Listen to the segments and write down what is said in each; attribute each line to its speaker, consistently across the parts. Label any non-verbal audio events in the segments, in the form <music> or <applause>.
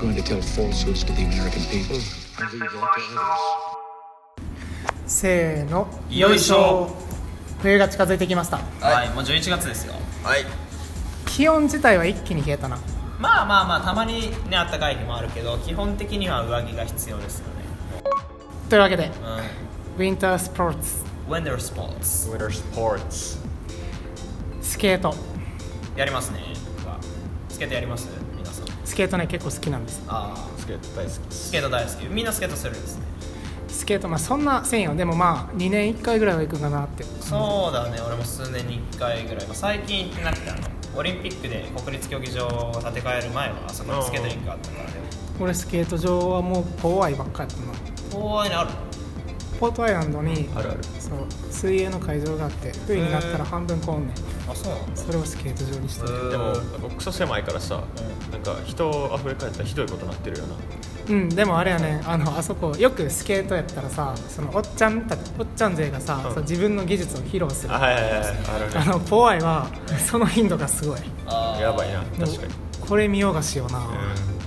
Speaker 1: going to tell falsehoods to the American people and leave that to others.
Speaker 2: せーの
Speaker 3: よいしょ
Speaker 2: 冬が近づいてきました
Speaker 3: はい、もう11月ですよ
Speaker 4: はい
Speaker 2: 気温自体は一気に冷えたな
Speaker 3: まあまあまあたまにねあったかい日もあるけど基本的には上着が必要ですよね
Speaker 2: というわけで
Speaker 3: う
Speaker 2: ウィンタースポーツ
Speaker 3: ん Winter Sports
Speaker 4: Winter Sports
Speaker 2: スケート
Speaker 3: やりますね僕はスケートやります皆さん
Speaker 2: スケートね結構好きなんです
Speaker 3: ああ
Speaker 4: スケート大好きです
Speaker 3: スケート大好きみんなスケートするんですね
Speaker 2: スケートまあそんなせんよでもまあ2年1回ぐらいは行くかなって
Speaker 3: そうだね俺も数年に1回ぐらい、まあ、最近行ってなくてあのオリンピックで国立競技場を建て替える前はあそこにスケートリンクがあったからね
Speaker 2: 俺スケート場はもう怖いばっかやったな
Speaker 3: 公園ある
Speaker 2: ポートアイランドに
Speaker 4: あるある
Speaker 2: そう水泳の会場があって冬になったら半分凍んねん
Speaker 3: あそうなんだ
Speaker 2: それをスケート場にして
Speaker 4: でもなんかクソ狭いからさ、
Speaker 3: う
Speaker 4: なんか人溢れ返ったらひどいことになってるよな
Speaker 2: うんでもあれやねあのあそこよくスケートやったらさそのおっちゃんたちおっちゃん勢がさ、
Speaker 4: うん
Speaker 2: そう自分の技術を披露する
Speaker 4: あ
Speaker 2: あ
Speaker 4: はいはいはいあるね
Speaker 2: のポワイはその頻度がすごい
Speaker 3: あー
Speaker 4: やばいな確
Speaker 2: で
Speaker 4: かに
Speaker 2: もこれ見ようがしような、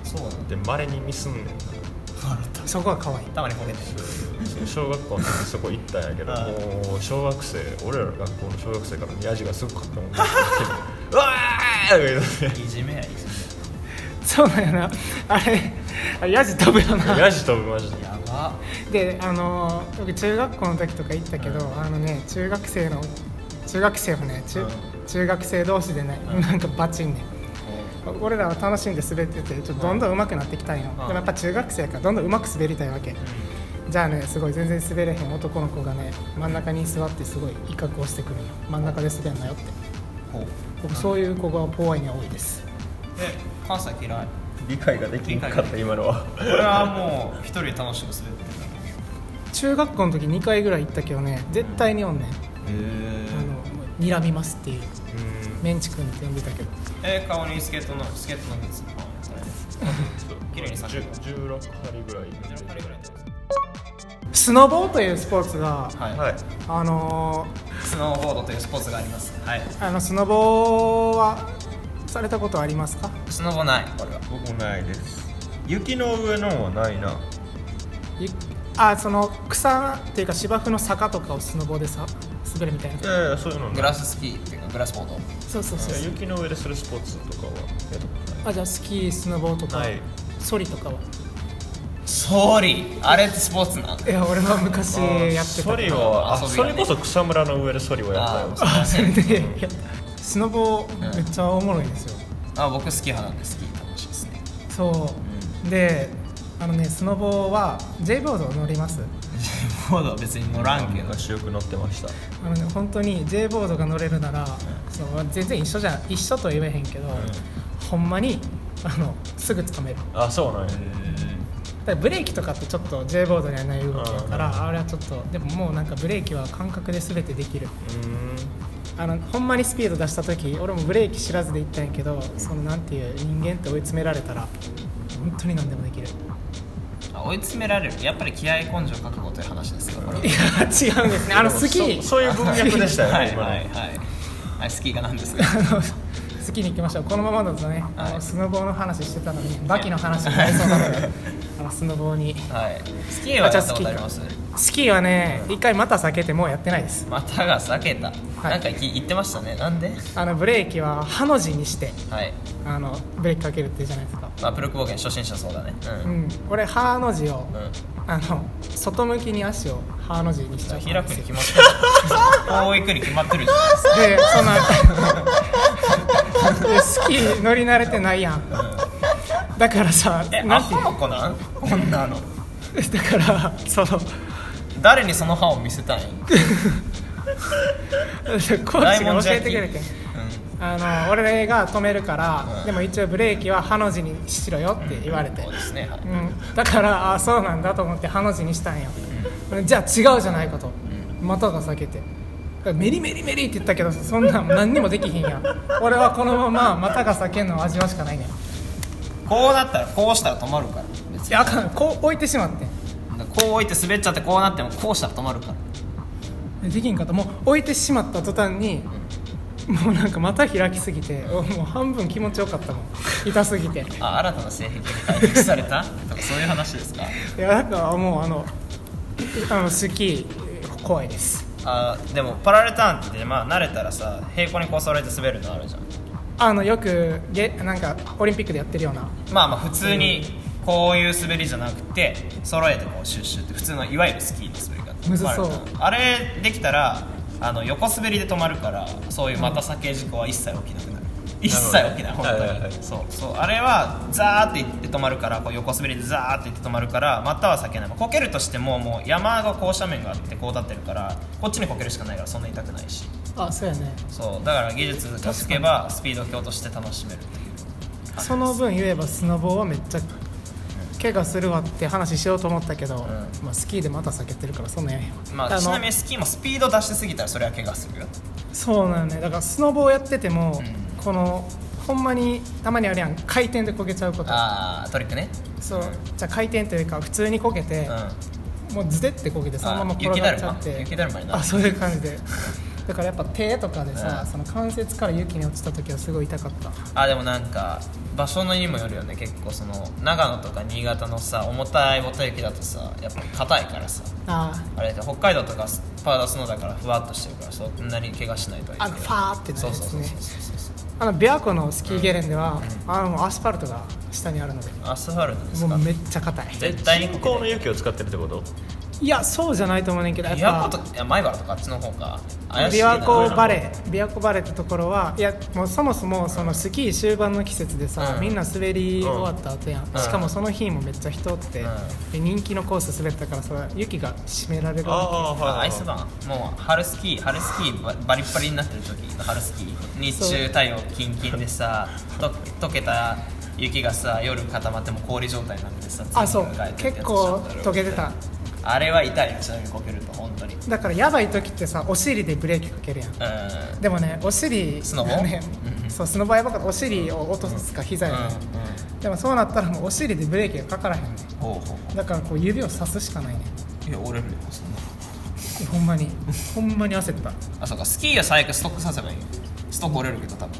Speaker 3: そうなんだ
Speaker 4: うんで稀にミスんねんな
Speaker 2: そこは可愛い
Speaker 3: たまに焦げてる
Speaker 4: 小学校の時そこ行ったんやけど
Speaker 3: はい
Speaker 4: もう小学生俺らの学校の小学生からヤジがすごかったもん <laughs> うわーとか言って
Speaker 3: いじめやいじ
Speaker 2: そうなんやなあれあヤジ飛ぶよな
Speaker 4: ヤジ飛ぶマジで
Speaker 3: めやば
Speaker 2: であのーよく中学校の時とか行ったけど、あのね中学生の中学生はね中,、
Speaker 3: うん
Speaker 2: 中学生同士でね、なんかバチンね俺らは楽しんで滑っててちょっとどんどん上手くなってきたんよ、
Speaker 3: うん
Speaker 2: でもやっぱ中学生やからどんどん上手く滑りたいわけ、じゃあねすごい全然滑れへん男の子がね真ん中に座ってすごい威嚇をしてくるんよ真ん中で滑んなよって
Speaker 3: ほう
Speaker 2: 僕そういう子がポワイには多いです
Speaker 3: え関西嫌い
Speaker 4: 理解ができんかった今のは
Speaker 3: 俺はもう一人で楽しく滑ってる
Speaker 2: 中学校の時2回ぐらい行ったけどね絶対におんねん、あの睨みますっていうメンチ君って呼んでたけど
Speaker 3: えー、顔にスケートのスケートの靴それ綺麗に咲く
Speaker 4: 16針ぐらい
Speaker 3: あれぐらいです
Speaker 2: スノボーというスポーツが
Speaker 3: はい、
Speaker 4: はい
Speaker 2: あの
Speaker 3: スノーボードというスポーツがありますはい
Speaker 2: ーあのスノボーはされたことありますか
Speaker 3: スノボない俺は
Speaker 4: 僕もないです雪の上のはないな
Speaker 2: ゆあその草っていうか芝生の坂とかをスノボでさ滑るみたいない
Speaker 4: やいやそういうのない
Speaker 3: グラススキーっていうかグラスボード
Speaker 2: そうそう
Speaker 4: い
Speaker 2: そう
Speaker 4: や雪の上でするスポーツとかはやったことない
Speaker 2: あじゃあスキースノボーとか、
Speaker 4: はい
Speaker 2: ソリとかは
Speaker 3: ソーリーあれってスポーツなん
Speaker 2: いや俺は昔やってた
Speaker 4: ソリはあ
Speaker 3: 遊びがね
Speaker 4: それこそ草むらの上でソリをやったよ
Speaker 3: あ
Speaker 2: あそれでいやスノボ
Speaker 3: ん
Speaker 2: めっちゃおもろいんですよ、
Speaker 3: あ僕好き派なんでスキー楽しいですね
Speaker 2: そうであのねスノボは J ボードを乗ります
Speaker 3: ボードは別に乗らんけど
Speaker 4: 昔よく乗ってました
Speaker 2: あのね本当に J ボードが乗れるなら、その全然一緒じゃん一緒とは言えへんけど、ほんまにあのすぐ掴める
Speaker 4: あそうなんや
Speaker 2: だからブレーキとかってちょっと J ボードにはない動きだか
Speaker 4: う
Speaker 2: らあれはちょっとでももうなんかブレーキは感覚で全てできるあのほんまにスピード出した時俺もブレーキ知らずで行ったんやけどそのなんていう人間って追い詰められたら本当に何でもできる
Speaker 3: あ追い詰められるやっぱり気合根性覚悟という話ですよ <laughs> これはい
Speaker 2: や違うんですねあの好き
Speaker 4: そうそういう文脈でしたよ
Speaker 3: は
Speaker 4: ね
Speaker 3: い
Speaker 4: 今の
Speaker 3: はいはいはいスキーが何ですか
Speaker 2: あの好きに行きましょうこのままだとね、あ
Speaker 3: は
Speaker 2: の
Speaker 3: い
Speaker 2: スノボーの話してたのにバキの話になりそうなのであのスノボーに
Speaker 3: はいスキーはやったことあります
Speaker 2: スキーはね一回また避けてもうやってないです
Speaker 3: 股が裂けた、
Speaker 2: い
Speaker 3: なんかき言ってましたねなんで
Speaker 2: あのブレーキはハの字にして
Speaker 3: はい、
Speaker 2: あのブレーキかけるっていうじゃないですか
Speaker 3: まあ、プルクボーゲン初心者そうだねう、
Speaker 2: うん
Speaker 3: うん
Speaker 2: ん俺ハの字を、
Speaker 3: うん
Speaker 2: あの外向きに足をハの字にしちゃった
Speaker 3: 開
Speaker 2: ん
Speaker 3: く
Speaker 2: で
Speaker 3: に
Speaker 2: す
Speaker 3: 決
Speaker 2: よ
Speaker 3: まっ
Speaker 2: <laughs>
Speaker 3: てるこう行くに決まってるじゃないですか
Speaker 2: でその <laughs> でスキー乗り慣れてないやんだからさ
Speaker 3: え
Speaker 2: な
Speaker 3: ア
Speaker 2: んてい
Speaker 3: ホの子なんこんなの
Speaker 2: うだからその
Speaker 3: 誰にその歯を見せた
Speaker 2: <laughs>
Speaker 3: いん、う
Speaker 2: コーチが教えてくれて
Speaker 3: ん、
Speaker 2: あの俺が止めるから、でも一応ブレーキはハの字にしろよって言われて
Speaker 3: そう、ですねはい、
Speaker 2: うんだからあそうなんだと思ってハの字にしたんよ、じゃあ違うじゃないかと、股が裂けてメリメリメリって言ったけどそんなん何にもできひんやん俺はこのまま股が裂けんのを味わうしかないねんい
Speaker 3: こうだったらこうしたら止まるから別に
Speaker 2: やあかんこう置いてしまってん
Speaker 3: こう置いて滑っちゃってこうなってもこうしたら止まるから
Speaker 2: できんかともう置いてしまった途端にもうなんか股開きすぎてもう半分気持ちよかったもん痛すぎて
Speaker 3: あ新たな性癖が解決さ
Speaker 2: <laughs>
Speaker 3: れたとかそういう話ですか
Speaker 2: いやなんかもうあのあのスキー怖いです
Speaker 3: あでもパラレルターンって、まあ、慣れたらさ平行にこう揃えて滑るのあるじゃん
Speaker 2: あのよくげなんかオリンピックでやってるような
Speaker 3: まあまあ普通にこういう滑りじゃなくて揃えてこうシュッシュって普通のいわゆるスキーの滑り方
Speaker 2: むずそう
Speaker 3: あれできたらあの横滑りで止まるからそういうまた避け事故は一切起きなくなる一切起きない本
Speaker 4: はいはい
Speaker 3: 当
Speaker 4: はい
Speaker 3: にそうそうあれはザーっていって止まるからこう横滑りでザーっていって止まるからまたは避けないまあこけるとしてももう山がこう斜面があってこう立ってるからこっちにこけるしかないからそんな痛くないし
Speaker 2: あそうやね
Speaker 3: そうだから技術がつけばスピード強として楽しめるっていう
Speaker 2: その分言えばスノボーはめっちゃ怪我するわって話しようと思ったけど、まあ、スキーでまた避けてるからそんなんやんよ
Speaker 3: まあ、
Speaker 2: の
Speaker 3: ちなみにスキーもスピード出しすぎたらそれは怪我するよ
Speaker 2: そうなんねだからスノボーやってても、
Speaker 3: う
Speaker 2: このほんまにたまにあれやん回転でこけちゃうこと
Speaker 3: ああトリックね
Speaker 2: そうじゃあ回転というか普通にこけて
Speaker 3: う、ん
Speaker 2: もうズデってこけてそのまま転がっちゃっ
Speaker 3: あ
Speaker 2: て
Speaker 3: 雪だるま雪だるまになる
Speaker 2: あそういう感じでだからやっぱ手とかでさ、
Speaker 3: うん
Speaker 2: その関節から雪に落ちた時はすごい痛かった
Speaker 3: あでもなんか場所のにもよるよね結構その長野とか新潟のさ重たいボタ雪だとさやっぱ硬いからさ
Speaker 2: あ
Speaker 3: あれだけど北海道とかパウダースノーだからふわっとしてるからそんなに怪我しないとはいい
Speaker 2: あのファーってなる
Speaker 3: そう
Speaker 2: や
Speaker 3: そう
Speaker 2: つ
Speaker 3: そう
Speaker 2: ね
Speaker 3: そうそうそう
Speaker 2: ーあの琵琶湖のスキーゲレンデは、あのもうアスファルトが下にあるので
Speaker 3: アスファルトです
Speaker 2: も
Speaker 3: か
Speaker 2: うめっちゃ硬い
Speaker 3: 絶対に
Speaker 4: 人
Speaker 3: こ
Speaker 4: 工の雪を使ってるってこと
Speaker 2: いやそうじゃないと思うねんけど
Speaker 3: け
Speaker 2: や
Speaker 3: ない
Speaker 2: っ
Speaker 3: 琵琶湖
Speaker 2: ぱ
Speaker 3: といや前原とかあっちの方か怪しい
Speaker 2: 琵
Speaker 3: な
Speaker 2: 琶湖バレー琵琶湖バレーってところはいやもうそもそもそのスキー終盤の季節でさ、
Speaker 3: うん
Speaker 2: みんな滑り終わった後やん、
Speaker 3: うん
Speaker 2: しかもその日もめっちゃ人おって、
Speaker 3: うん
Speaker 2: で人気のコース滑ったからさ雪が締められるわ
Speaker 4: あ
Speaker 3: あアイスバーンもう春スキー春スキーババリッバリになってる時の春スキー日
Speaker 2: そう
Speaker 3: 中太陽キンキンでさと溶けた雪がさ夜固まっても氷状態になってさ
Speaker 2: けあそう
Speaker 3: 全部が帰ってって
Speaker 2: 結
Speaker 3: やつ
Speaker 2: 構溶けてた
Speaker 3: あれは痛いよちなみにこけると本当にう
Speaker 2: だからやばい時ってさお尻でブレーキかけるやん
Speaker 3: ーん
Speaker 2: でもねお尻
Speaker 3: スノボ
Speaker 2: ね
Speaker 3: うん
Speaker 2: そうスノボはやばかったお尻を落とすか膝やね、でもそうなったらもうお尻でブレーキがかからへんねん
Speaker 3: ほうほうほ
Speaker 2: だからこう指をさすしかないねん
Speaker 3: ういや折れるよそんな
Speaker 2: ほんまにほんまに焦った
Speaker 3: あそうかスキーは最悪ストックさせばいいよストック折れるけど多分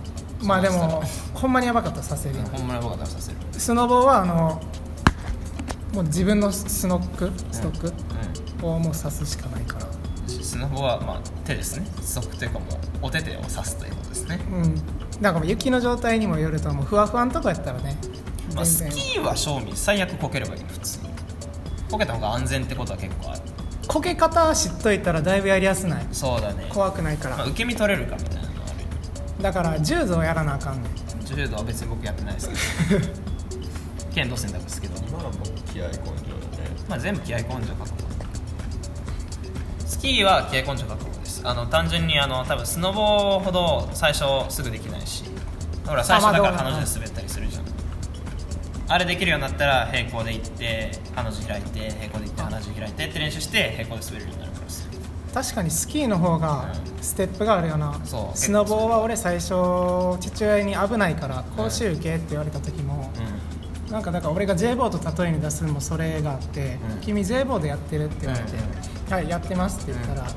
Speaker 2: まあでもほんまにやばかったさせるやん
Speaker 3: ほんまに僕が出させる
Speaker 2: スノボはあのもう自分のスノックストック
Speaker 3: う
Speaker 2: をもう刺すしかないから
Speaker 3: んスノボはまあ手ですねストックというかもうお手手を刺すということですね
Speaker 2: うんなんかもう雪の状態にもよるともうふわふわのとこやったらね
Speaker 3: まあ、ス
Speaker 2: 全然
Speaker 3: キーは正味最悪こければいいの普通にこけた方が安全ってことは結構ある
Speaker 2: こけ方知っといたらだいぶやりやすない
Speaker 3: そうだね、
Speaker 2: 怖くないか
Speaker 3: まあ、
Speaker 2: ら
Speaker 3: 受け身取れるかみたいなのはあ
Speaker 2: だから柔道やらなあかんねん
Speaker 3: る柔道は別に僕やってないで
Speaker 2: <laughs>
Speaker 3: すけど剣道選択ですけど、
Speaker 4: まあもう気合い根性だね
Speaker 3: まあ、全部気合根性覚悟スキーは気合根性覚悟ですあの単純にあの多分スノボほど最初すぐできないしほら最初だから彼女で滑ったりするじゃんあれできるようになったら平行で行って彼女開いて平行で行って彼女開いてって練習して平行で滑れるようになるからです
Speaker 2: 確かにスキーの方がステップがあるよな
Speaker 3: そう
Speaker 2: スノボーは俺最初父親に危ないから講習受けって言われた時も、なんかだから俺が J ボード例えに出すのもそれがあって「
Speaker 3: うん
Speaker 2: 君 J ボードやってる?」って言われて「はいやってます」って言ったら「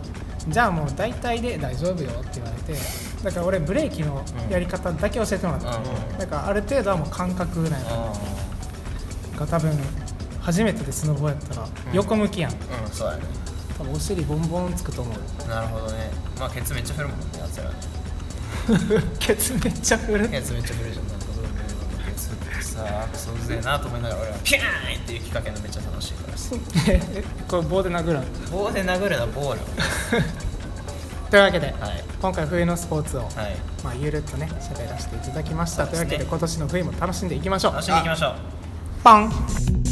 Speaker 2: じゃあもう大体で大丈夫よ」って言われてだから俺ブレーキのやり方だけ教えてもらった、
Speaker 3: うん
Speaker 2: だからある程度はもう感覚なんやが多分初めてでスノボやったら横向きやん
Speaker 3: うん、うん、そうだね
Speaker 2: 多分お尻ボンボンつくと思う
Speaker 3: なるほどねまあケツめっちゃ振るもんねやつらね
Speaker 2: ケツめっちゃ振る
Speaker 3: ケツめっちゃ振るじゃんなんかそういうのケツってさクソうぜえなと思いながら俺はピャーンっていうきっかけのめっちゃ楽しいからさ
Speaker 2: <laughs> えこれ棒で殴らん
Speaker 3: 棒で殴るのはボール
Speaker 2: というわけで、
Speaker 3: はい
Speaker 2: 今回冬のスポーツを、
Speaker 3: はい
Speaker 2: まあ、ゆるっとね喋らせていただきました、
Speaker 3: そう
Speaker 2: という
Speaker 3: です
Speaker 2: わ
Speaker 3: ね
Speaker 2: けで今年の冬も楽しんでいきましょう
Speaker 3: 楽しんでいきましょう
Speaker 2: パン